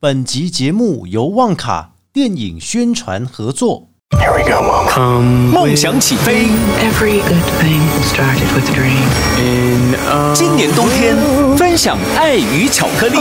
本集节目由旺卡电影宣传合作。梦想起飞， Every good thing started with a dream. 今年冬天分享爱与巧克力。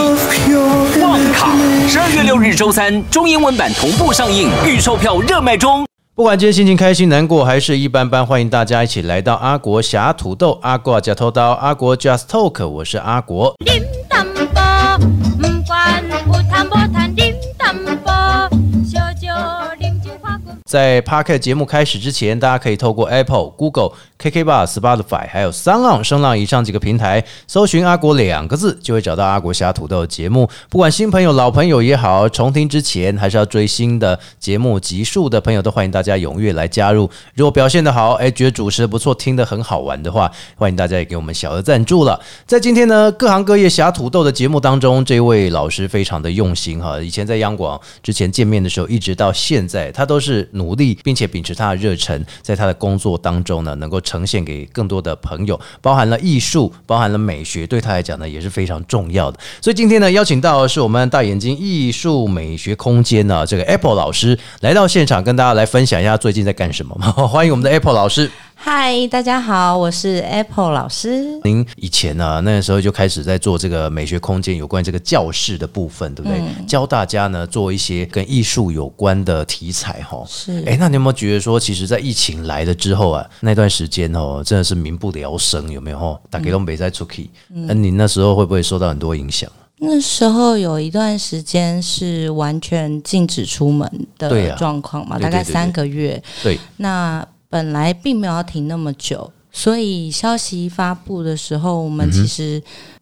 旺卡，十二月六日周三中英文版同步上映，预售票热卖中。不管今天心情开心、难过还是一般般，欢迎大家一起来到阿国侠土豆、阿国假偷刀、阿国 Just Talk，我是阿国。 điểm tâm bò Ừm, quan u tham bò than điểm tâm bò cho cho điểm chữ khoa của 在 Park 节目开始之前，大家可以透过 Apple、Google、KK Bar、Spotify 还有 s o n 声浪以上几个平台搜寻“阿国”两个字，就会找到阿国侠土豆的节目。不管新朋友、老朋友也好，重听之前还是要追新的节目集数的朋友，都欢迎大家踊跃来加入。如果表现得好，哎，觉得主持得不错，听得很好玩的话，欢迎大家也给我们小额赞助了。在今天呢，各行各业侠土豆的节目当中，这位老师非常的用心哈。以前在央广之前见面的时候，一直到现在，他都是努力并且秉持他的热忱，在他的工作当中呢，能够呈现给更多的朋友，包含了艺术，包含了美学，对他来讲呢也是非常重要的。所以今天呢，邀请到的是我们大眼睛艺术美学空间呢、这个 Apple 老师来到现场，跟大家来分享一下最近在干什么嘛。 欢迎我们的 Apple 老师。嗨，大家好，我是 Apple 老师。您以前呢、那时候就开始在做这个美学空间有关这个教室的部分，对不对？嗯教大家呢做一些跟艺术有关的题材哈、哦。是哎，那你有没有觉得说，其实，在疫情来了之后啊，那段时间哦，真的是民不聊生，有没有？哦打给东北在出去，嗯那、你那时候会不会受到很多影响？那时候有一段时间是完全禁止出门对啊的状况嘛，对大概对对三个月。对，那本来并没有要停那么久，所以消息发布的时候，我嗯们其实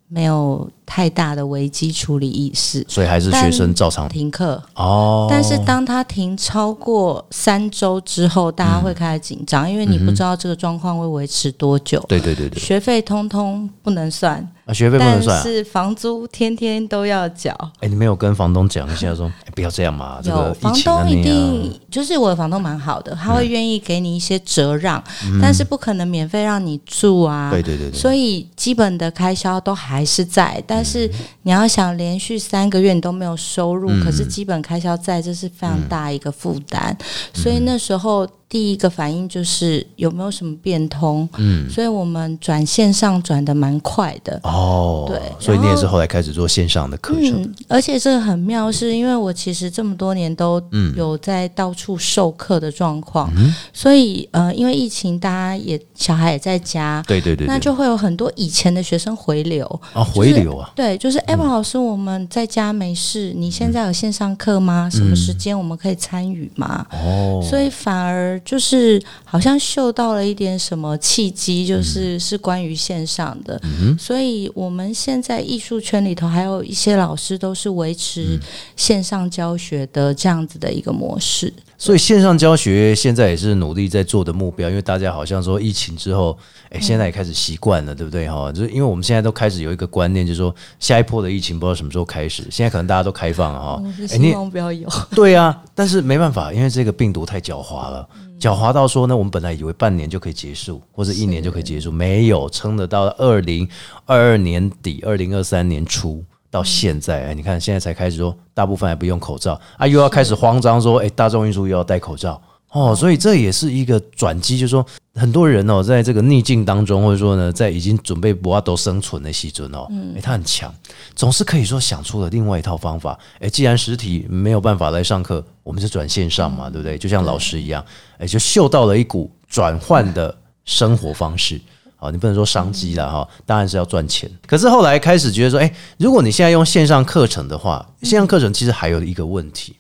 没有太大的危机处理意识，所以还是学生照常停课。哦。但是当它停超过三周之后，大家嗯会开始紧张，因为你不知道这个状况会维持多久。对对对对，学费通通不能算，啊，学费不能算、但啊。是房租天天都要缴。哎，你没有跟房东讲一下说，哎不要这样嘛，这有个疫房情啊东那一样定，就是我的房东蛮好的，他会愿意给你一些折让，但是不可能免费让你住啊。嗯对对对对，所以基本的开销都还是在，但是你要想连续三个月你都没有收嗯入，可是基本开销在，这是非常大一个负担。嗯所以那时候第一个反应就是有没有什么变通，嗯，所以我们转线上转的蛮快的，哦，对所以你然也后是后来开始做线上的课程，嗯，而且这个很妙，是因为我其实这么多年都嗯有在到处授课的状况，所以呃，因为疫情，大家也小孩也在家，对对对对，那就会有很多以前的学生回流。啊回流啊，对，就是 Apple 老师，我们在家没事，你嗯现在有线上课吗？什么时间我们可以参与吗？哦，所以反而就是好像嗅到了一点什么契机，就是嗯是关于线上的。所以我们现在艺术圈里头还有一些老师都是维嗯持线上教学的这样子的一个模式。所以线上教学现在也是努力在做的目标，因为大家好像说疫情之后，哎、嗯现在也开始习惯了，对不对哈？就是因为我们现在都开始有一个观念，就是说下一波的疫情不知道什么时候开始，现在可能大家都开放了哈。哎、你希望不要有。 对啊，但是没办法，因为这个病毒太狡猾了，狡猾到说呢，我们本来以为半年就可以结束，或者一年就可以结束，没有撑得到二零二二年底、二零二三年初。到现在，哎，你看现在才开始说，大部分还不用口罩啊，又要开始慌张说，哎，大众运输又要戴口罩哦，所以这也是一个转机，就是说很多人哦，在这个逆境当中，或者说呢，在已经准备不阿都生存的西准哦，哎，他很强，总是可以说想出了另外一套方法。诶，既然实体没有办法来上课，我们就转线上嘛，对不对？就像老师一样，诶，就嗅到了一股转换的生活方式。啊，你不能说商机啦哈，当然是要赚钱。可是后来开始觉得说，诶，如果你现在用线上课程的话，线上课程其实还有一个问题，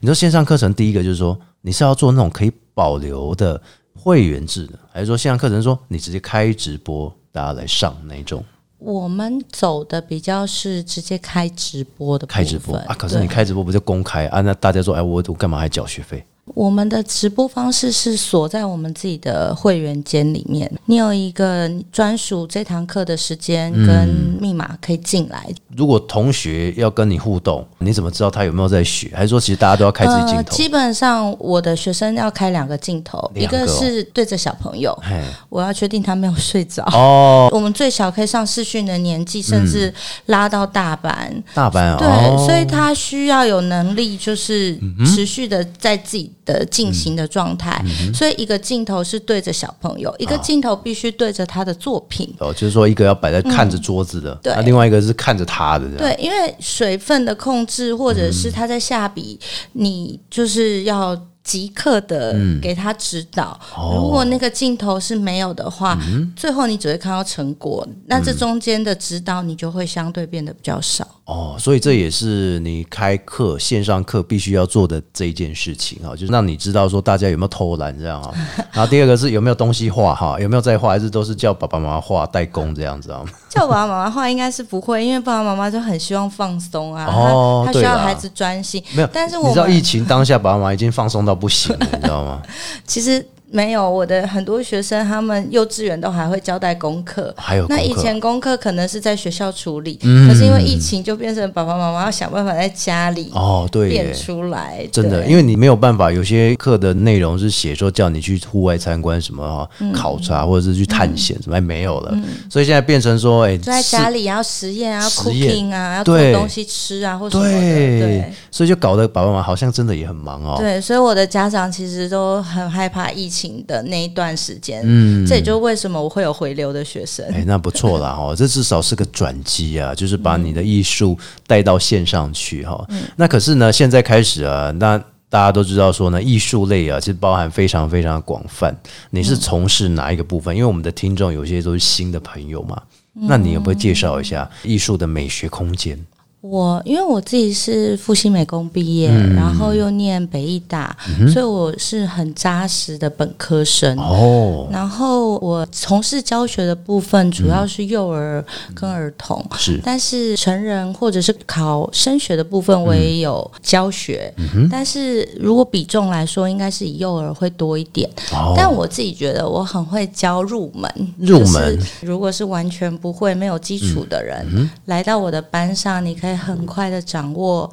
你说线上课程第一个就是说，你是要做那种可以保留的会员制的，还是说线上课程说你直接开直播，大家来上那一种我们走的比较是直接开直播的部分，开直播啊？可是你对开直播不就公开啊？那大家说，哎，我我干嘛还缴学费？我们的直播方式是锁在我们自己的会员间里面，你有一个专属这堂课的时间嗯跟密码可以进来。如果同学要跟你互动，你怎么知道他有没有在学？还是说其实大家都要开自己镜头？呃基本上我的学生要开两个镜头，一两个哦个是对着小朋友，嘿我要确定他没有睡着。哦，我们最小可以上视讯的年纪，甚至拉到大班，大班对，哦，嗯所以他需要有能力，就是持续的在自己的进行的状态。所以一个镜头是对着小朋友，一个镜头必须对着他的作品。哦，就是说一个要摆在看着桌子的，嗯对那另外一个是看着他的，这样对，因为水分的控制，或者嗯是他在下笔，你就是要即刻的给他指导。嗯哦嗯如果那个镜头是没有的话，最后你只会看到成果。那这中间的指导，你就会相对变得比 较少。哦，所以这也是你开课线上课必须要做的这一件事情啊、哦，就是让你知道说大家有没有偷懒这 样啊、然后第二个是有没有东西画哈、有没有在画，还是都是叫爸爸妈妈画代工这样子啊、叫爸爸妈妈画应该是不会，因为爸爸妈妈就很希望放松啊，哦他他需对要啦孩子专心。没有，但是你我知道疫们情当下，爸爸妈妈已经放松到不行 了，你知道吗？其实没有我的很多学生，他们幼稚园都还会交代功课。还有功那课嗯以前功课可能是在学校处理，可是因为疫情，就变成爸爸妈妈要想办法在家里哦，对耶变，出来。真的，对因为你没有办法，有些课的内容是写说叫你去户外参观什么哈、嗯考察或者是去探险什么，哎没有了，所以现在变成说，哎，就在是家里也要实验啊、实验 cooking 啊，要做对东西吃啊，或什么的。对对，所以就搞得爸爸妈妈好像真的也很忙哦。对，所以我的家长其实都很害怕疫情的那一段时间，嗯，这也就是为什么我会有回流的学生。哎，那不错啦哈，这至少是个转机啊，就是把你嗯的艺术带到线上去哈。那可是呢，现在开始啊，那大家都知道说呢，艺术类啊，其实包含非常非常的广泛。你嗯是从事哪一个部分？因为我们的听众有些都是新的朋友嘛，嗯那你有没有介绍一下艺术的美学空间？我因为我自己是复兴美工毕业，嗯然后又念北艺大，所以我是很扎实的本科生。哦，然后我从事教学的部分主要是幼儿跟儿童，嗯是但是成人或者是考升学的部分，我也有教学。嗯但是如果比重来说，应该是以幼儿会多一点。哦但我自己觉得我很会教入门，入门嗯就是、如果是完全不会、没有基础的人、来到我的班上，你可以很快的掌握，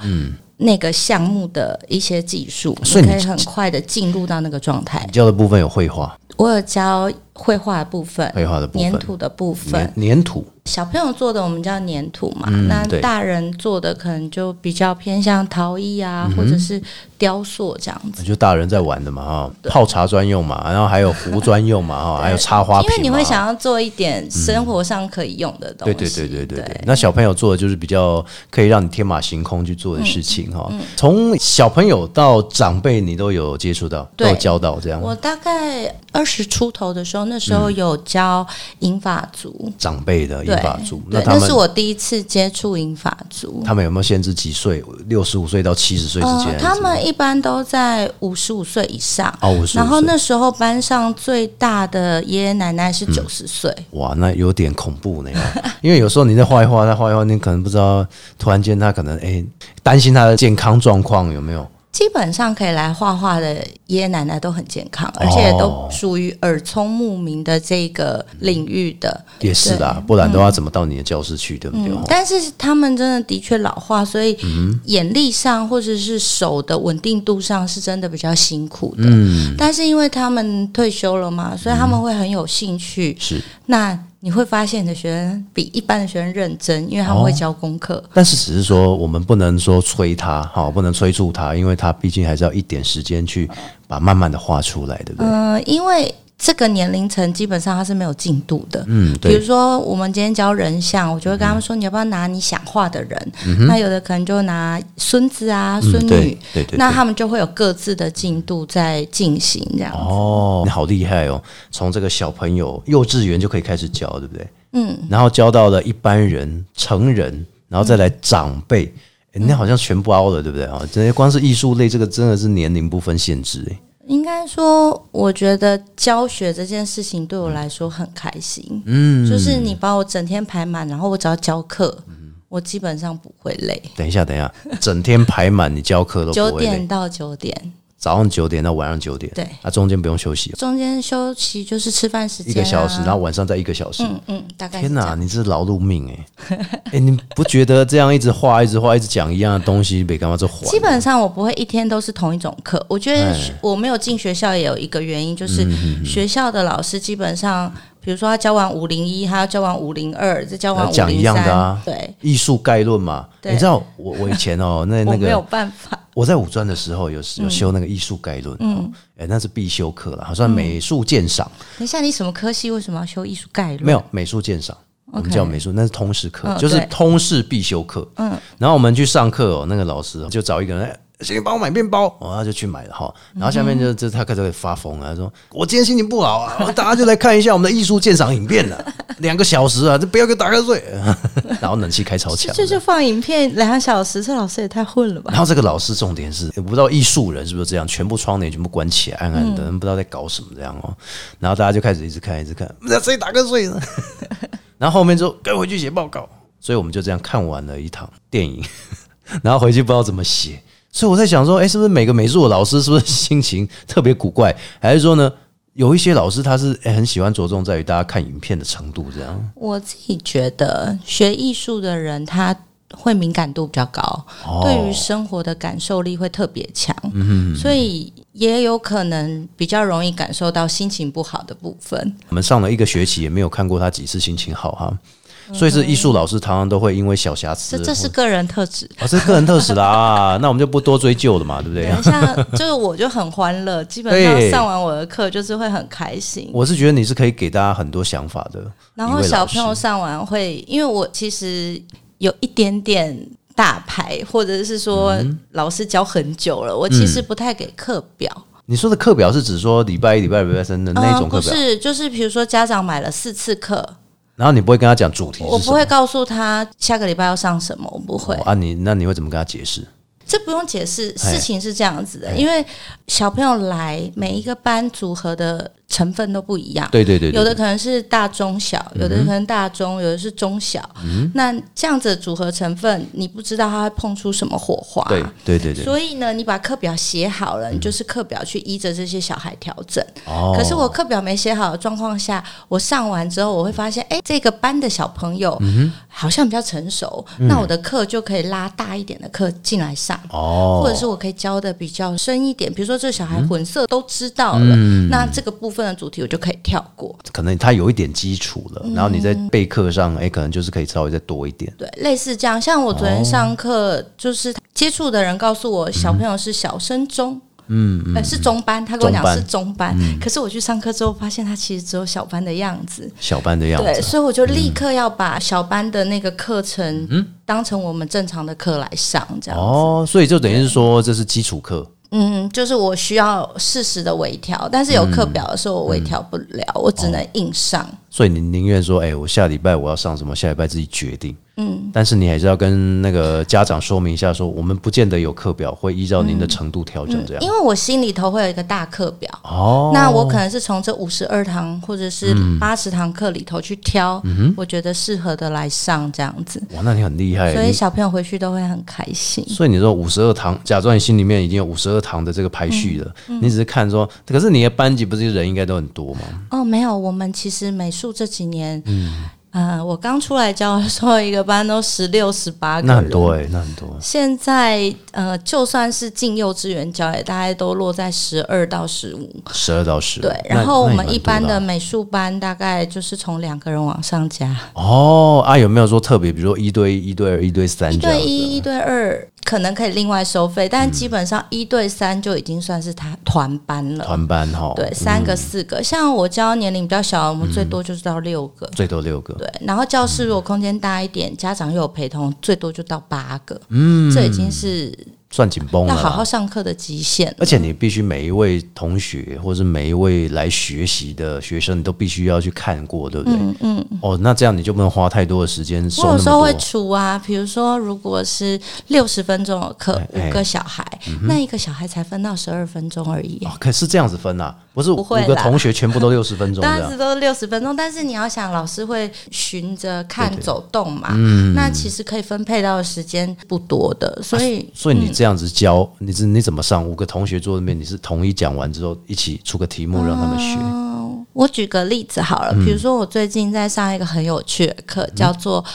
那个项目的一些技术，嗯所以你可以很快的进入到那个状态你。教的部分有绘画、我有教绘画的部分、绘画的哎部分粘土的部分粘，粘土，小朋友做的我们叫粘土嘛，嗯那对大人做的可能就比较偏向陶艺嗯啊，或者是雕塑这样子。就大人在玩的嘛哈，泡茶专用嘛，然后还有壶专用嘛哈，还有插花因瓶嘛。为你会想要做一点生活上可以用的东对西，对对对对对，那小朋友做的就是比较可以让你天马行空去做的事情哈。嗯从小朋友到长辈，你都有接触到，都对有教到这样。我大概二十出头的时候，那时候有教银发族，长辈的对英法族，对，他那们是我第一次接触银发族。他们有没有限制几岁？六十五岁到七十岁之间还是怎么样？呃他们一般都在五十五岁以上，哦55岁然后那时候班上最大的爷爷奶奶是九十岁，哇，那有点恐怖呢，哦 因为有时候你在画一画，他画一画，你可能不知道，突然间他可能哎担心他的健康状况有没有？基本上可以来画画的爷爷奶奶都很健康，而且都属于耳聪目明的这个领域的。也是啦，不然的话怎么到你的教室去，对不哦对？嗯，但是他们真的的确老化，所以眼力上或者是手的稳定度上是真的比较辛苦的。嗯，但是因为他们退休了嘛，所以他们会很有兴趣。是。那你会发现你的学生比一般的学生认真，因为他们会教功课。但是只是说，我们不能说催他，好，不能催促他，因为他毕竟还是要一点时间去把慢慢的画出来，对不对？嗯、因为这个年龄层基本上它是没有进度的。嗯，比如对，说，我们今天教人像，我就会跟他们说，你要不要拿你想画的人？那有的可能就拿孙子啊、孙嗯，对女，，对对。那对他们就会有各自的进度在进行这样。哦，你好厉害哦！从这个小朋友幼稚园就可以开始教，对不对？嗯，然后教到了一般人、成人，然后再来长辈，嗯诶那好像全包了，对不对啊？这光是艺术类这个真的是年龄不分限制，诶应该说，我觉得教学这件事情对我来说很开心。嗯，就是你把我整天排满，然后我只要教课，嗯我基本上不会累。 等一下，等一下，整天排满，你教课都不九会累点到九点，早上九点到晚上九点，对啊，中间不用休息，中间休息就是吃饭时间、一啊个小时，然后晚上再一个小时。嗯嗯，大概是天这哪，样你这是劳碌命哎、欸！ 哎、你不觉得这样一直画、一直画、一直讲一样的东西，被干嘛这还？基本上我不会一天都是同一种课。我觉得哎嗯我没有进学校也有一个原因，就是学校的老师基本上，比如说他教完五零一，他要教完五零二，再教完要五讲一零样三的啊，对，艺术概论嘛。对你知道我我以前 哦，那那我没有嗯个办法。我在五专的时候有有修那个艺术概论，嗯，哎、那是必修课了，好嗯像美术鉴赏，等一下，你什么科系？为什么要修艺术概论？没有美术鉴赏。我们叫美术，那是通识课，嗯就是对通识必修课。嗯，然后我们去上课哦，那个老师哦就找一个人，哎谁帮我买面包？哦，他就去买了哈。然后下面嗯就就他开始发疯了，他说：“我今天心情不好啊，大家就来看一下我们的艺术鉴赏影片了，两个小时啊，就不要给我打瞌睡。” 然后冷气开超强这的，这就放影片两小时，这老师也太混了吧然！后这个老师重点是，也不知道艺术人是不是这样，全部窗帘全部关起来，暗暗的，嗯不知道在搞什么这样哦。然后大家就开始一直看，一直看，那谁打瞌 睡呢？然后后面就该回去写报告，所以我们就这样看完了一堂电影，然后回去不知道怎么写。所以我在想说，哎，是不是每个美术的老师是不是心情特别古怪，还是说呢，有一些老师他是哎很喜欢着重在于大家看影片的程度这样？我自己觉得学艺术的人，他会敏感度比较高，哦对于生活的感受力会特别强，嗯、所以也有可能比较容易感受到心情不好的部分。我们上了一个学期也没有看过他几次心情好哈。所以是艺术老师常常都会因为小瑕疵这或，这是个人特质。啊，这是个人特使啦、啊， 那我们就不多追究了嘛，对不啊对等？一下，就是我就很欢 乐，基本对上上完我的课就是会很开心。我是觉得你是可以给大家很多想法的一位老师。然后小朋友上完会，因为我其实有一点点大牌，或者是说嗯老师教很久了，我其实不太给课表。你说的课表是指说礼拜一、礼拜二、礼拜三的嗯那种呃、不课表，是，就是比如说家长买了四次课，然后你不会跟他讲主题我是什不么会告诉他下个礼拜要上什么，我不会。哦啊你？那你会怎么跟他解释？这不用解释，哎事情是这样子的，因为小朋友来，每一个班组合的成分都不一样。对对对对嗯有的可能是大中小，有的可能大中，有的是中小。那这样子的组合成分，你不知道它会碰出什么火花。对对对对对，所以呢，你把课表写好了，你就是课表去依着这些小孩调整。哦可是我课表没写好的状况下，我上完之后，我会发现，哎、这个班的小朋友嗯好像比较成熟，那我的课就可以拉大一点的课进来上。哦，嗯或者是我可以教的比较深一点，比如说这小孩混色都知道了，那这个部分的主题我就可以跳过。可能他有一点基础了，然后你在嗯备课上，哎，可能就是可以稍微再多一点。对，类似这样。像我昨天上课，就是接触的人告诉我，小朋友是小升中。嗯，呃，是中班，他跟我讲中班嗯是中班，可是我去上课之后发现他其实只有小班的样子，小班的样对，子，所以我就嗯立刻要把小班的那个课程当成我们正常的课来上，这样子。哦，所以就等于是说这是基础课，嗯，就是我需要适时的微调，但是有嗯课表的时候我微调不了，我哦只能硬上。所以你宁愿说，哎、我下礼拜我要上什么，下礼拜自己决定。嗯，但是你还是要跟那个家长说明一下说我们不见得有课表，会依照您的程度调整这样。嗯因为我心里头会有一个大课表，哦，那我可能是从这五十二堂或者是嗯八十堂课里头去挑，我觉得适合的来上这样子，哇，那你很厉害。所以哎你小朋友回去都会很开心。所以你说五十二堂，假装你心里面已经有五十二堂的这个排序了，嗯你只是看说，可是你的班级不是人应该都很多吗？哦，没有，我们其实美术这几年，嗯，呃，我刚出来教的时候，一个班都十六、十八个人，那很多哎、那很多。现在呃，就算是进幼稚园教，也大概都落在十二到十五。十二到十对，然后我们一般的的啊美术班大概就是从两个人往上加，哦啊，有没有说特别，比如说一对一、一对二、一对三一这样对子？一、一对二可能可以另外收费，但基本上一对三就已经算是团团班了。团班哈，嗯对，三个、四个，像我教年龄比较小，我们最多就是到六个。最多六个。对对，然后教室如果空间大一点，家长又有陪同，最多就到八个。嗯，这已经是算紧绷了要啦，好好上课的极限了。而且你必须每一位同学或是每一位来学习的学生，你都必须要去看过，对不对？嗯哦，那这样你就不能花太多的时间收我有那时候么会多。除啊，比如说，如果是六十分钟的课，哎五个小孩，那一个小孩才分到十二分钟而已。哦，可是这样子分啊，不是五不会啦个同学全部都六十分钟这当然样啊是。都六十分钟，但是你要想，老师会循着看对对嗯走动嘛，那其实可以分配到的时间不多的，所以、 啊嗯所以你这样子教，你是你怎么上？五个同学坐那边，你是统一讲完之后一起出个题目让他们学。嗯，我举个例子好了，嗯比如说我最近在上一个很有趣的课，叫做《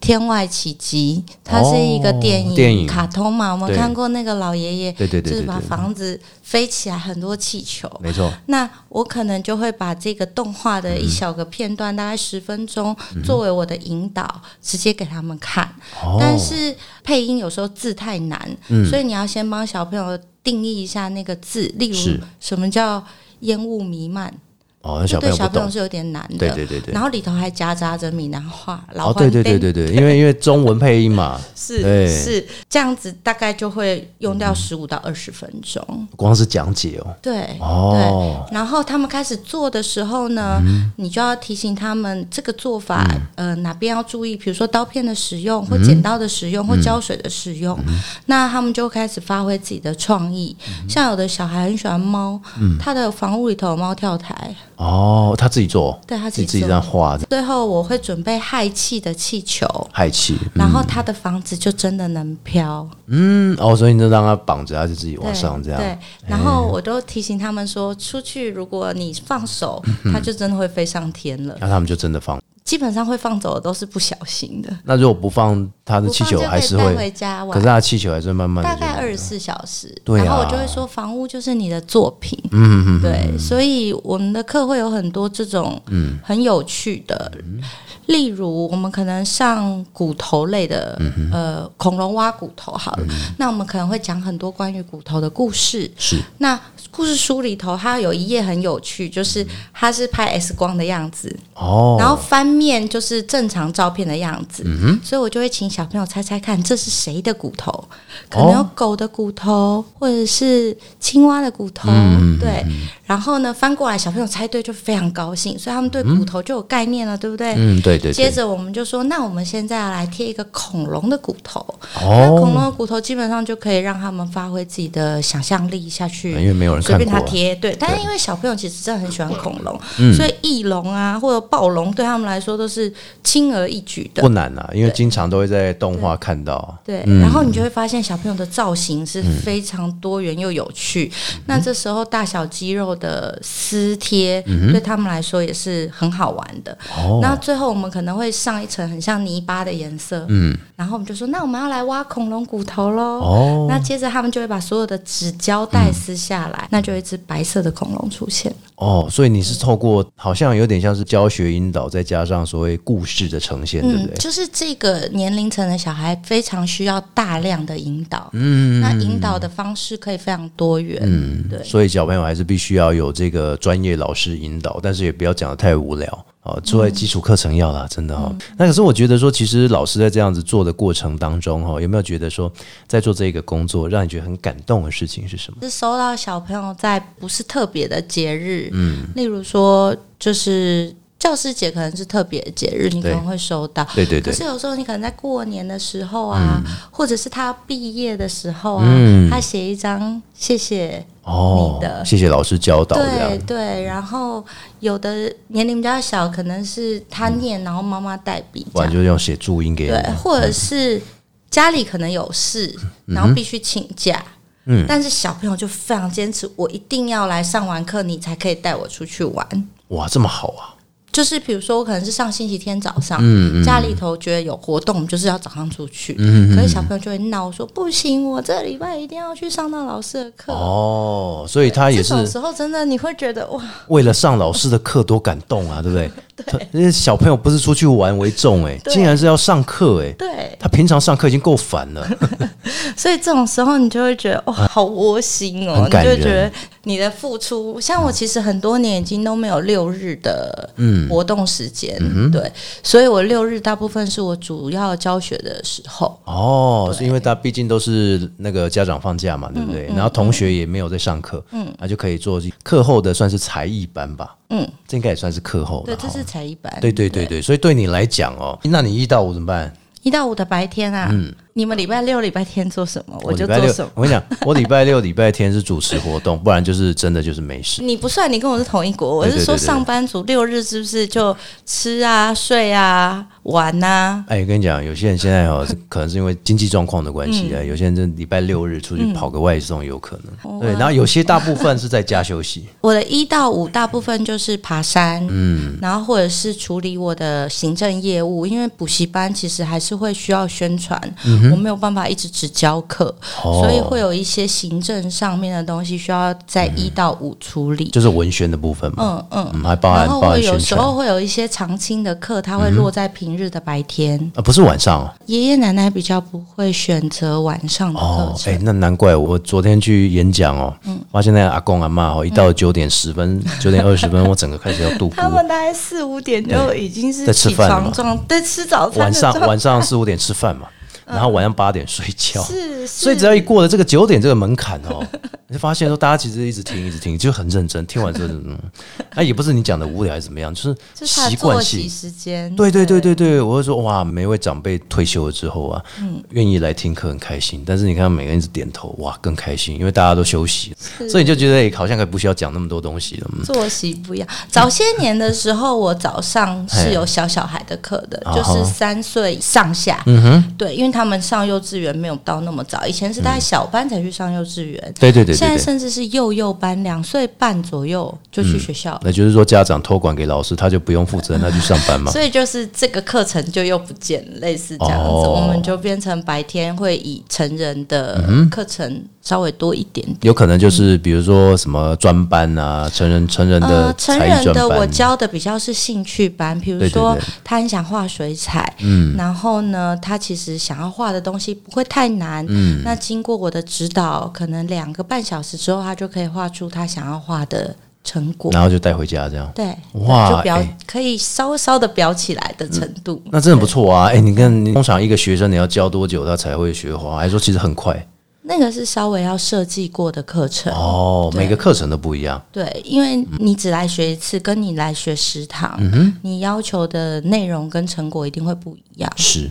天外奇迹》，它是一个电影，哦电影卡通嘛，我们对看过那个老爷爷，对对对对就是把对房子飞起来很多气球。没错，那我可能就会把这个动画的一小个片段，大概十分钟，嗯作为我的引导，直接给他们看。哦嗯但是配音有时候字太难，所以你要先帮小朋友定义一下那个字，例是如什么叫烟雾弥漫，哦，那这小朋对友不小朋懂友。是有点难的。对对对对然后里头还夹杂着闽南话、老哦，话、对对对对对，因为因为中文配音嘛，对是是这样子，大概就会用嗯掉十五到二十分钟。光是讲解哦。对，哦嗯对。然后他们开始做的时候呢，你就要提醒他们这个做法，呃，哪边要注意，比如说刀片的使用，或剪刀的使嗯用，或胶水的使用。那他们就开始发挥自己的创意。嗯像有的小孩很喜欢猫，他的房屋里头有猫跳台。哦，他自己做，对他自自己己这做样画最后我会准备氦气的气球。氦气。然后他的房子就真的能飘，嗯，哦，所以你就让他绑着，他就自己往对上这样。哎对，然后我都提醒他们说，出去如果你放手，嗯它就真的会飞上天了。那他们就真的放。基本上会放走的都是不小心的，那如果不放，他的不气放球就可还是以带回会，家可玩是。他的气球还是会慢慢的。大概二十。四小时，对啊然后我就会说，房屋就是你的作品，嗯嗯嗯。对，所以我们的课会有很多这种很有趣的，嗯例如我们可能上骨头类的，嗯呃，恐龙挖骨头好了，那我们可能会讲很多关于骨头的故事。是那故事书里头，它有一页很有趣，嗯就是它是拍 X 光的样子，哦。嗯然后翻面就是正常照片的样子，所以我就会请小朋友猜猜看这是谁的骨头，可能有狗的骨哦头或者是青蛙的骨头，嗯对。然后呢，翻过来小朋友猜对就非常高兴，所以他们对骨头就有概念了，对不对？嗯，对对对。接着我们就说，那我们现在要来贴一个恐龙的骨头，那恐龙哦，的骨头基本上就可以让他们发挥自己的想象力下去，因为没有人随看便过他啊。贴对。但是因为小朋友其实真的很喜欢恐龙，嗯所以翼龙啊或者暴龙对他们来说都是轻而易举的不。难啊，因为经常都会在动画看到。对，然后你就会发现小朋友的造型是嗯非常多元又有趣。那这时候大小肌肉的撕贴、对他们来说也是很好玩的。嗯哦那最后我们可能会上一层很像泥巴的颜色，嗯，然后我们就说，那我们要来挖恐龙骨头喽。哦那接着他们就会把所有的纸胶带撕下嗯来，那就有一只白色的恐龙出现。哦，所以你是透过好像有点像是教学引导，再加上所谓故事的呈现，对不嗯，对？就是这个年龄层的小孩非常需要大量的引导，嗯，那引导的方式可以非常多元，嗯，对。所以小朋友还是必须要有这个专业老师引导，但是也不要讲的太无聊哦。嗯作为基础课程要啦，真的哈、哦。那可是我觉得说，其实老师在这样子做的过程当中哈、哦，有没有觉得说，在做这个工作让你觉得很感动的事情是什么？是收到小朋友在不是特别的节日，嗯，例如说就是教师节可能是特别的节日，你可对能会收到，对对对可是有时候你可能在过年的时候啊，或者是他毕业的时候啊，嗯他写一张谢谢。哦你的，谢谢老师教导这对样。对，然后有的年龄比较小，可能是他嗯念，然后妈妈代笔不这然样，就用写注音给你。对，或者是家里可能有嗯事，然后必须请假。嗯，但是小朋友就非常坚持，我一定要来上完课，你才可以带我出去玩。哇，这么好啊！就是比如说，我可能是上星期天早上，嗯家里头觉得有活动，我们就是要早上出去。嗯可是小朋友就会闹说：“不行，我这礼拜一定要去上到老师的课。哦，所以他也这是种时候真的你会觉得哇，为了上老师的课多感动啊，对不对？ 他那些小朋友不是出去玩为重、欸，对竟然是要上课、欸，对，他平常上课已经够烦 了，所以这种时候，你就会觉得哇、好窝心哦，嗯很你就感人嗯会觉得你的付出。像我其实很多年已经都没有六日的活动时间，嗯对，所以我六日大部分是我主要教学的时候。哦，是因为他毕竟都是那个家长放假嘛，对不对？嗯然后同学也没有在上课，嗯，那就可以做课后的算是才艺班吧，嗯，这应该也算是课后对，了这哈。是才艺班。对对对对，所以对你来讲哦，那你一到五怎么办？一到五的白天啊，你们礼拜六、礼拜天做什么，我嗯哦礼就拜做六什，么。我跟你讲，我礼拜六、礼拜天是主持活动，不然就是真的就是没事。你不算，你跟我是同一国。我对对是说，对对对上班族六日是不是就吃啊、睡啊、玩呐、哎，跟你讲，有些人现在哦， 是可能是因为经济状况的关嗯系啊，有些人真的礼拜六日出去跑个外送有可哦能。对，然后有些大部分是在家休息。我的一到五大部分就是爬山，嗯，然后或者是处理我的行政业务，因为补习班其实还是会需要宣传，我没有办法一直只教课，嗯哦所以会有一些行政上面的东西需要在一到五处理。嗯就是文宣的部分嘛，嗯嗯，嗯，还包含然后包含会宣有时候传，嗯会有一些常青的课，它会落在平日的白天。啊，不是晚上哦。爷爷奶奶比较不会选择晚上的嗯课哦，哎、程。那难怪我昨天去演讲哦，发现那个阿公阿妈哦，一到九点十分、九点二十分，我整个开始要度嗯他过们。大概四五点就已经是在吃起饭了嘛床状，在吃早餐晚的状上态。晚上四五点吃饭嘛，然后晚上八点睡觉。是，哦所以只要一过了这个九点这个门槛哦，你就发现说大家其实一直听一直听，就很认真。听完之后就，嗯，那也不是你讲的无聊还是怎么样，就是就是他习的惯作性息。时间。对对对对对，我就说哇，每位长辈退休了之后啊，嗯愿意来听课很开心。但是你看每个人一直点头，哇，更开心，因为大家都休息，所以你就觉得哎好像可以不需要讲那么多东西了。嗯作息不一样。早些年的时候，我早上是有小小孩的课的，嘿就是三岁上下。嗯哼，对，因为他们上幼稚园没有到那么早，以前是大概小班才去上幼稚园。嗯对对对现对嗯在对，甚至是幼幼班，两岁半左右就去学校了。那就是说家长托管给老师，他就不用负责任，他去上班 嘛。所以就是这个课程就又不见了，类似这样子，哦嗯我们就变成白天会以成人的课程稍微多一点点。有可能就是比如说什么专班啊，成人成人的呃，成才艺人专的班，我教的比较是兴趣班，比如对对说对他很想画水彩，嗯，然后呢，他其实想要画的东西不会太难，嗯，那经过我的指导，可能两个半小时之后，他就可以画出他想要画的成果，然后就带回家这样。对，哇就裱、哎可以稍稍的裱起来的程度，那真的不错啊！哎、你看，你通常一个学生你要教多久他才会学画？还是说其实很快那个是稍微要设计过的课程，哦，对每个课程都不一样。对，因为你只来学一次，跟你来学十堂，嗯你要求的内容跟成果一定会不一样。是，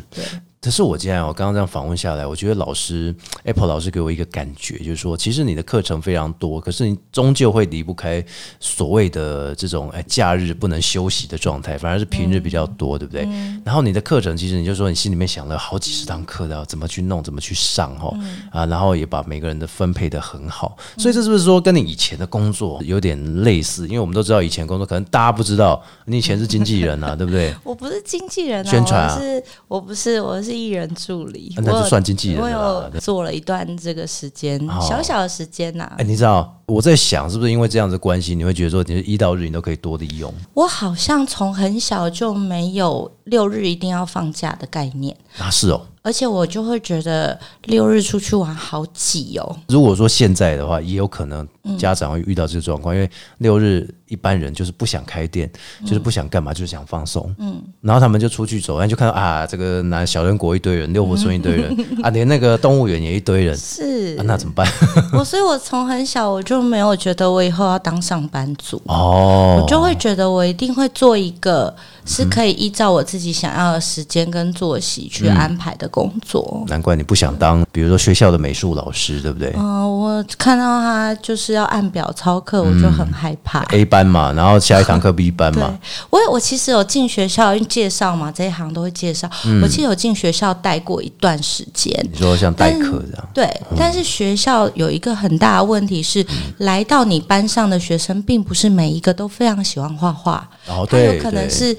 可是我现在我刚刚这样访问下来，我觉得老师 Apple 老师给我一个感觉，就是说，其实你的课程非常多，可是你终究会离不开所谓的这种哎假日不能休息的状态，反而是平日比较多，对不对？然后你的课程其实你就说你心里面想了好几十堂课的，怎么去弄，怎么去上哈、啊，然后也把每个人的分配的很好，所以这是不是说跟你以前的工作有点类似？因为我们都知道以前工作可能大家不知道，你以前是经纪人啊， 对不对？我不是经纪人、啊，宣传啊啊我是我不是我是艺人助理，那就我有算经纪人了我啦有对做了一段这个时间，哦小小的时间啊呐、哎、你知道我在想，是不是因为这样子的关系，你会觉得说，你是一到日你都可以多利用？我好像从很小就没有六日一定要放假的概念，啊，是哦。而且我就会觉得六日出去玩好挤哦。如果说现在的话，也有可能嗯家长会遇到这个状况，因为六日一般人就是不想开店，嗯就是不想干嘛，就是想放松。嗯，然后他们就出去走，然后就看到啊，这个南小人国一堆人，六福村一堆 人，啊，连那个动物园也一堆人，是啊、那怎么办？ 我，所以我从很小我就没有觉得我以后要当上班族。哦我，就会觉得我一定会做一个是嗯可以依照我自己想要的时间跟作息去嗯安排的工作。难怪你不想当，比如说学校的美术老师，对不对？嗯、我看到他就是要按表操课，我就很害怕。 a 班嘛，然后下一堂课 B 班对嘛，，我我其实有进学校因为介绍嘛，这一行都会介绍。嗯我记得有进学校带过一段时间，你说像代但课这样。对，但是学校有一个很大的问题是，嗯来到你班上的学生，并不是每一个都非常喜欢画画，哦他对有可能对是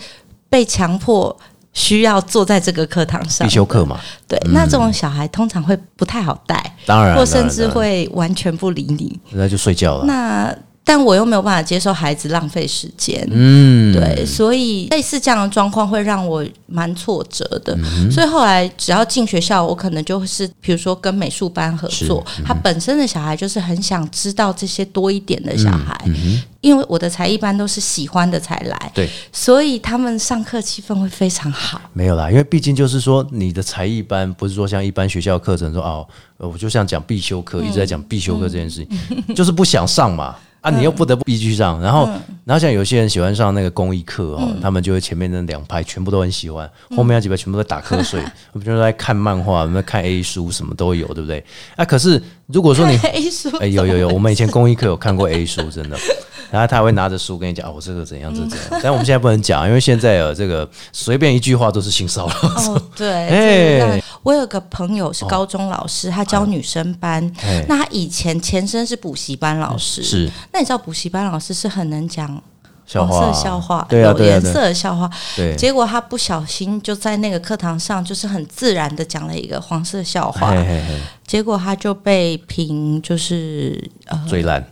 被强迫需要坐在这个课堂上必修课的。嘛，对，那这种小孩通常会不太好带，当然，或甚当至然会完全不理你。那就睡觉了。那但我又没有办法接受孩子浪费时间，嗯，对，所以类似这样的状况会让我蛮挫折的。嗯所以后来只要进学校，我可能就是比如说跟美术班合作，嗯他本身的小孩就是很想知道这些多一点的小孩，因为我的才艺班都是喜欢的才来，嗯对，所以他们上课气氛会非常好。没有啦，因为毕竟就是说，你的才艺班不是说像一般学校课程说哦，呃我就像讲必修课，一嗯直在讲必修课这件事情， 就是不想上嘛。啊，你又嗯不得不必须上，然后，然后像有些人喜欢上那个公益课嗯哦，他们就会前面那两排全部都很喜欢，后面那几排全部都在打瞌睡， 我们就在看漫画，我们在看 A 书什么都有，对不对？啊，可是如果说你 黑书 哎、有有有，我们以前公益课有看过 A 书，真的。然后他还会拿着书跟你讲，哦，我这个怎样，这嗯个怎样。但我们现在不能讲，因为现在呃，这个随便一句话都是性骚扰。 哦，对，哎哦这个让人我有个朋友是高中老师，他教女生班哎，那他以前前身是补习班老师，是那你知道补习班老师是很能讲笑话黄啊，色笑话，对啊，有对啊，颜对色啊的笑话。对结果他不小心就在那个课堂上，就是很自然的讲了一个黄色笑话，嘿嘿嘿，结果他就被评就是呃，最烂。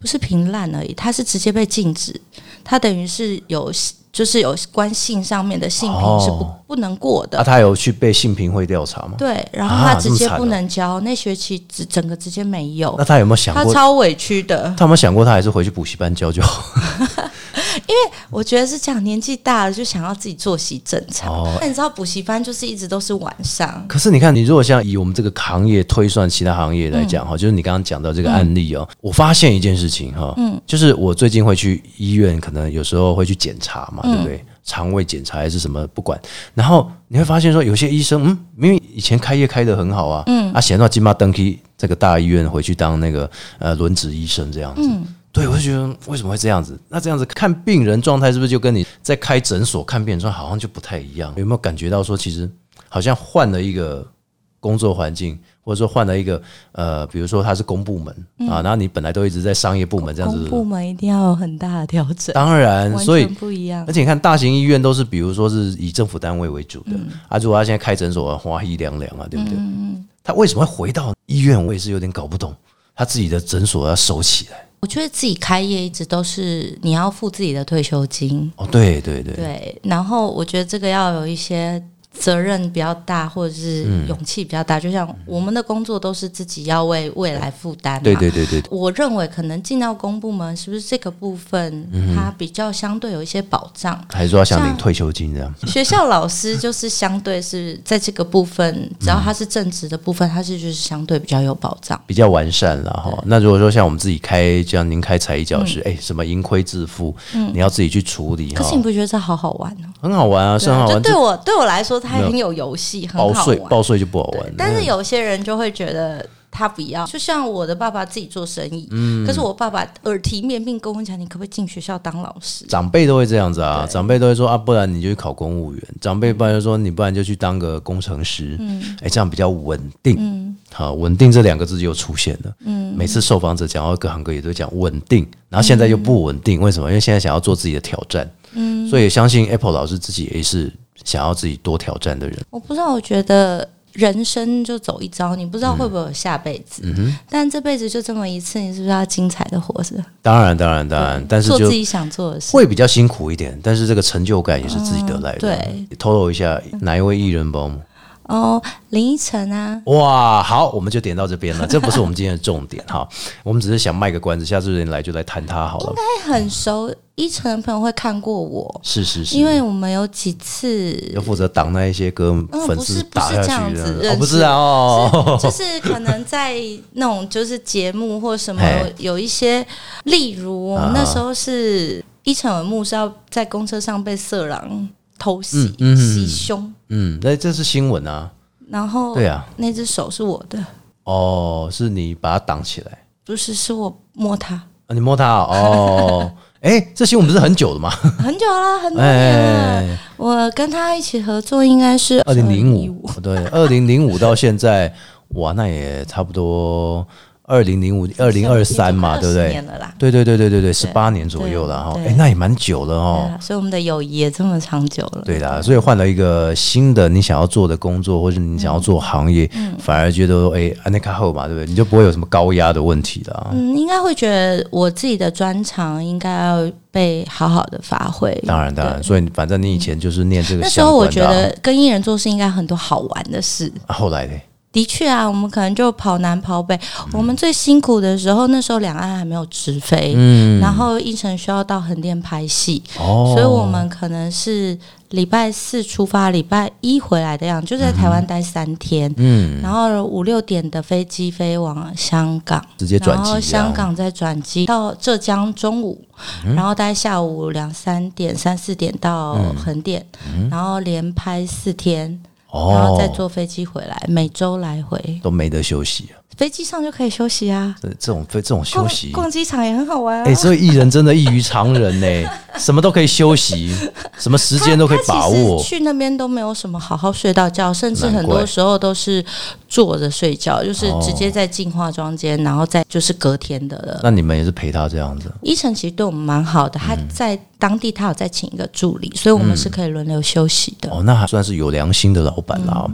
不是评烂而已，他是直接被禁止，他等于是有就是有关性上面的性评是不、哦不能过的啊，。他有去被性评会调查吗？对，然后啊他直这么接惨不哦能教，那学期只整个直接没有那，他有没有想他过？超委屈的。他有没有想过，他还是回去补习班教就好？我觉得是这样，年纪大了就想要自己作息正常。哦那你知道补习班就是一直都是晚上，可是你看，你如果像以我们这个行业推算其他行业来讲哈、就是你刚刚讲到这个案例哦，我发现一件事情哈、嗯，就是我最近会去医院，可能有时候会去检查嘛，对不对？肠胃检查还是什么，不管。然后你会发现说，有些医生，嗯，因为以前开业开得很好啊，嗯，啊，闲到金马登去这个大医院回去当那个呃轮值医生这样子。嗯对，我就觉得为什么会这样子？那这样子看病人状态是不是就跟你在开诊所看病人状态好像就不太一样？有没有感觉到说，其实好像换了一个工作环境，或者说换了一个呃，比如说他是公部门、啊，然后你本来都一直在商业部门这样嗯公子，部门一定要有很大的调整，当然，完所以呃全不一样而。且你看，大型医院都是比如说是以政府单位为主的，嗯啊，如果他现在开诊所，花一两两啊，对不对？他为什么会回到医院？我也是有点搞不懂，他自己的诊所要收起来。我觉得自己开业一直都是你要付自己的退休金，哦，对对对，对。然后我觉得这个要有一些责任比较大，或者是嗯勇气比较大。就像我们的工作都是自己要为未来负担嘛，对对对对对我认为可能进到公部门，是不是这个部分嗯它比较相对有一些保障？还是说他想领退休金这样？ 学校老师就是相对是在这个部分，只要他是正职的部分，他是就是相对比较有保障。比较完善了哈。那如果说像我们自己开，像您开才艺教室，哎、什么盈亏自负，你要自己去处理嗯可哈是，你不觉得这好好玩哦？很好玩啊，是对很啊好就玩。对就我对我来说，它很有游戏，很报好税玩。报税就不好玩，但是嗯有些人就会觉得他不要，就像我的爸爸自己做生意，嗯可是我爸爸耳提面命跟我讲，你可不可以进学校当老师？长辈都会这样子啊，长辈都会说啊，不然你就去考公务员，长辈不然就说你不然就去当个工程师，嗯，哎，这样比较稳定，嗯，好，稳定这两个字就出现了，嗯，每次受访者讲到各行各业都讲稳定，然后现在又不稳定，为什么？因为现在想要做自己的挑战，嗯，所以相信 Apple 老师自己也是想要自己多挑战的人，我不知道，我觉得人生就走一遭，你不知道会不会有下辈子，嗯但这辈子就这么一次，你是不是要精彩的活着，当然，当然，当然，但是做就自己想做的事？会比较辛苦一点，但是这个成就感也是自己得来的。嗯透露一下哪一位艺人帮我们？哦，林依晨啊，哇，好，我们就点到这边了，这不是我们今天的重点哈， 我们只是想卖个关子，下次人来就来谈他好了。他很熟，依晨的朋友会看过我，是是是，因为我们有几次要负责挡那一些歌粉丝打下去不是不是这样子的，哦，不是啊， 哦，是就是可能在那种就是节目或什么嘿啊有一些，例如我们那时候是一场耳目是要在公车上被色狼偷袭嗯嗯袭胸，嗯，那这是新闻啊，然后对啊，那只手是我的，哦，是你把它挡起来，不是是我摸他，啊你摸它 哦，哎，这新闻不是很久的吗？很久啦，很多年了。哎，我跟他一起合作应该是二零零2015五，对，二零零五到现在，哇，那也差不多二零零五、二零二三嘛，已对经不快20对年？了啦。对对对对对对，十八年左右了哈，对哎，那也蛮久了对哦啊。所以我们的友谊也这么长久了。对啦，所以换了一个新的你想要做的工作，或者你想要做行业，嗯反而觉得哎，安内卡后嘛，对不对？你就不会有什么高压的问题了啊。嗯，应该会觉得我自己的专长应该要被好好的发挥。当然，当然，所以反正你以前就是念这个那时相候关的啊。我觉得跟艺人做事应该很多好玩的事。啊后来呢，的确啊，我们可能就跑南跑北。嗯我们最辛苦的时候，那时候两岸还没有直飞，嗯，然后一晨需要到横店拍戏，哦，所以我们可能是礼拜四出发，礼拜一回来的样子，就在台湾待三天。嗯然后五六点的飞机飞往香港，直接转机然这啊后样，香港再转机到浙江中午，嗯然后大概下午两三点、三四点到横店，然后连拍四天，然后嗯哦再坐飞机回来，每周来回。都没得休息啊。飞机上就可以休息啊，这这种这种休息，逛逛机场也很好玩啊。哎、所以艺人真的异于常人呢、什么都可以休息，什么时间都可以把他握其实。去那边都没有什么好好睡到觉，甚至很难怪多时候都是坐着睡觉，就是哦直接在进化妆间，然后再就是隔天的了。那你们也是陪他这样子，医生其实对我们蛮好的，他嗯在当地他有再请一个助理，所以我们是可以轮流休息的。哦，那还算是有良心的老板啦。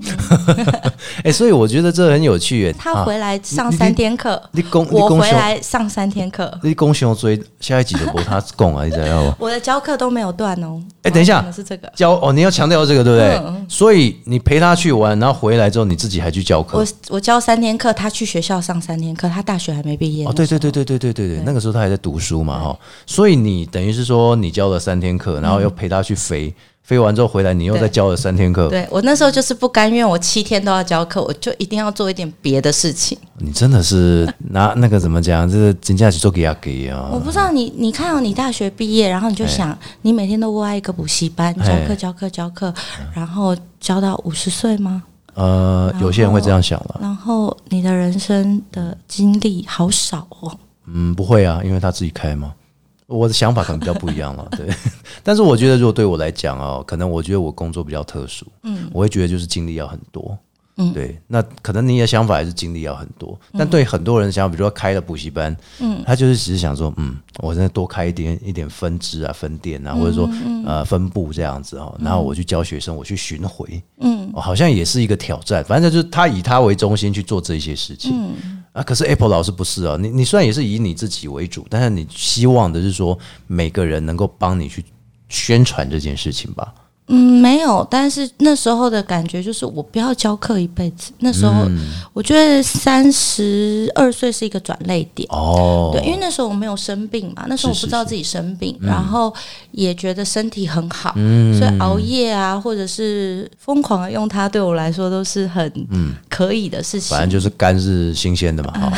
哎、所以我觉得这很有趣耶、他啊回来上你三天课，你公你我公回熊来上三天课，你公熊追下一集就播他供啊，你知道吗？我的教课都没有断哦。哎等一下我讲的是这个，教哦，你要强调这个对不对？嗯所以你陪他去玩，然后回来之后你自己还去教课我。我教三天课，他去学校上三天课，他大学还没毕业。哦，对对对对对对对对，那个时候他还在读书嘛哈，所以你等于是说你教了三天课，然后又陪他去飞，飞完之后回来你又再对教了三天课，对我那时候就是不甘愿，我七天都要教课，我就一定要做一点别的事情。你真的是拿那个怎么讲，这是金价去做给他给啊我，不知道你，你看哦到、你大学毕业，然后你就想，你每天都窝在一个补习班教哎课、教课、教课，然后教到五十岁吗？呃，有些人会这样想了，然后你的人生的经历好少哦。嗯，不会啊，因为他自己开嘛。我的想法可能比较不一 样了，对。但是我觉得，如果对我来讲哦，可能我觉得我工作比较特殊，嗯，我会觉得就是精力要很多，嗯，对。那可能你的想法也是精力要很多，但对很多人的想法，比如说开了补习班，嗯，他就是只是想说，嗯，我再多开一点一点分支啊、分店啊，或者说呃分部这样子哦，然后我去教学生，我去巡回，嗯、好像也是一个挑战。反正就是他以他为中心去做这些事情，嗯啊，可是 Apple 老师不是啊，你你虽然也是以你自己为主，但是你希望的是说每个人能够帮你去宣传这件事情吧？嗯，没有，但是那时候的感觉就是我不要教课一辈子。那时候、嗯我觉得三十二岁是一个转类点。哦，对，因为那时候我没有生病嘛，那时候我是不是嗯知道自己生病，然后也觉得身体很好，所以熬夜啊，或者是疯狂的用它，对我来说都是很可以的事情。嗯反正就是肝是新鲜的嘛， 哈、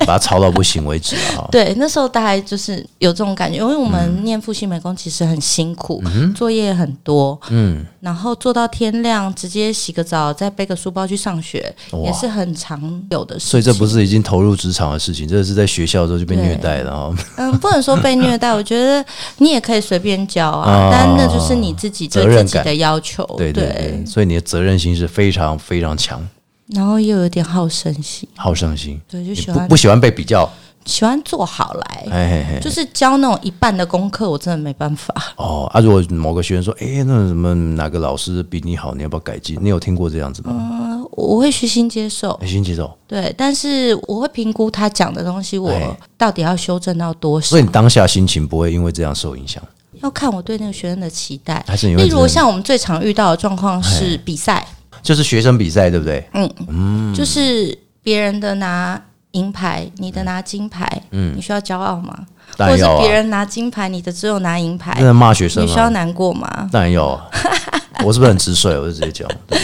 把它炒到不行为止啊。哈对，那时候大概就是有这种感觉，因为我嗯们念复习美工其实很辛苦，作业很多，嗯，然后做到天亮，直接洗个澡，再背个书包去上学，哇也是很常有的事情。所以这不是已经投入职场的事情，这是在学校的哦时候就被虐待了哈。嗯，不能说被 虐待，我觉得你也可以随便教啊啊，但那就是你自己对责任自感己的要求， 对对对，所以你的责任心是非常非常强，然后又有点好胜心，好胜心，对，就你喜不欢不喜欢被比较，喜欢做好来，哎嘿嘿。就是教那种一半的功课，我真的没办法。哦，啊，如果某个学生说，哎、那什么哪个老师比你好，你要不要改进？你有听过这样子吗？嗯，我会虚心接受，哎先接受。对，但是我会评估他讲的东西，哎我到底要修正到多少所以，你当下心情不会因为这样受影响，要看我对那个学生的期待还。是你会哎例真如，的像我们最常遇到的状况是比赛，嗯就是学生比赛，对不对？嗯就是别人的拿银牌，你的拿金牌，你需要骄傲吗？嗯当或然者要是啊别，人拿金牌，你的只有拿银牌真，的骂学生你需要吗？难过吗？当然要 啊。我是不是很直率？我就直接讲，对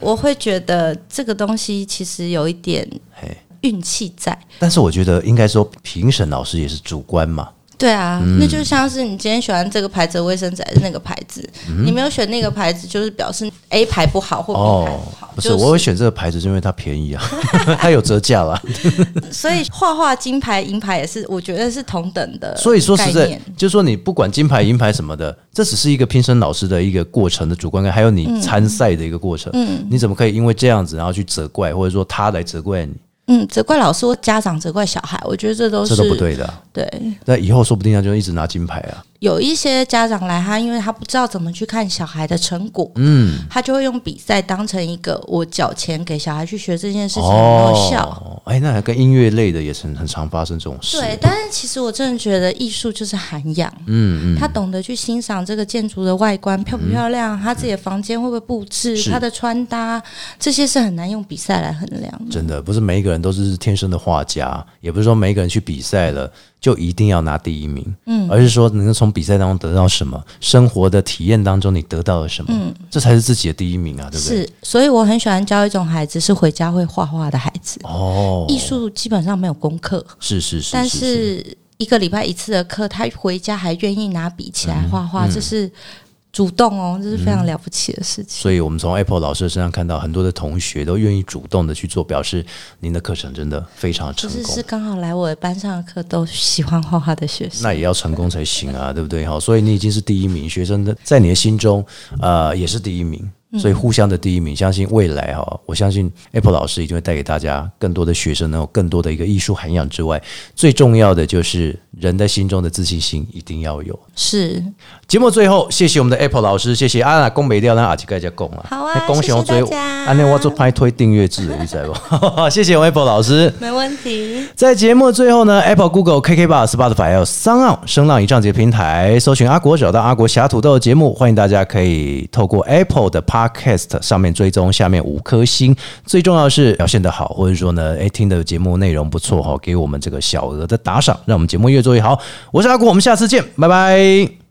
我会觉得这个东西其实有一点嘿。运气在。但是我觉得应该说，评审老师也是主观嘛。对啊，嗯那就像是你今天选这个牌子的卫生纸还是那个牌子，嗯你没有选那个牌子，就是表示 A 牌不好或 B 牌哦不好。，不是，就我会选这个牌子，是因为它便宜啊， 它有折价啦。所以画画金牌、银牌也是，我觉得是同等的。所以说实概在念，就是说你不管金牌、银牌什么的，这只是一个评审老师的一个过程的主观感，还有嗯你参赛的一个过程。你怎么可以因为这样子，然后去责怪，或者说他来责怪你？嗯，责怪老师或家长，责怪小孩，我觉得这都这是都不对的啊。对，那以后说不定他就一直拿金牌啊。有一些家长来，他因为他不知道怎么去看小孩的成果，嗯，他就会用比赛当成一个我缴钱给小孩去学这件事情很好笑。哦，哎，那跟音乐类的也是很很常发生这种事。对，但是其实我真的觉得艺术就是涵养，嗯嗯，他懂得去欣赏这个建筑的外观漂不漂亮，他自己的房间会不会布置，嗯是他的穿搭，这些是很难用比赛来衡量的。真的不是每一个人都是天生的画家，也不是说每一个人去比赛了就一定要拿第一名，嗯，而是说能够从比赛当中得到什么，生活的体验当中你得到了什么，这才是自己的第一名啊，对不对？嗯是，所以我很喜欢教一种孩子是回家会画画的孩子。哦，艺术基本上没有功课，是是是，但嗯是一个礼拜一次的课，他回家还愿意拿笔起来画画，这是主动哦，这是非常了不起的事情。所以我们从 Apple 老师身上看到，很多的同学都愿意主动的去做，表示您的课程真的非常就成是功。是刚好来我的班上的课都喜欢画画的学生，那也要成功才行啊，对不对？好，所以你已经是第一名，学生的在你的心中，呃，也是第一名，所以互相的第一名，相信未来哈，我相信 Apple 老师一定会带给大家更多的学生能有更多的一个艺术涵养之外，最重要的就是人在心中的自信心一定要有。是节目最后，谢谢我们的 Apple 老师，谢谢阿娜贡北调，让阿吉盖加贡啊，好啊那恭喜我追谢谢大家阿内我做拍推订阅制的，你知道 不？谢谢我们 Apple 老师。没问题。在节目最后呢，Apple、Google、KK b o x Spotify 还有 s o n 声浪以上节平台搜寻阿国，找到阿国侠土豆的节目。欢迎大家可以透过 Apple 的 Podcast 上面追踪，下面五颗星。最重要的是表现得好，或者说呢，哎，听的节目内容不错哈，给我们这个小额的打赏，让我们节目越做越好。我是阿国，我们下次见，拜拜。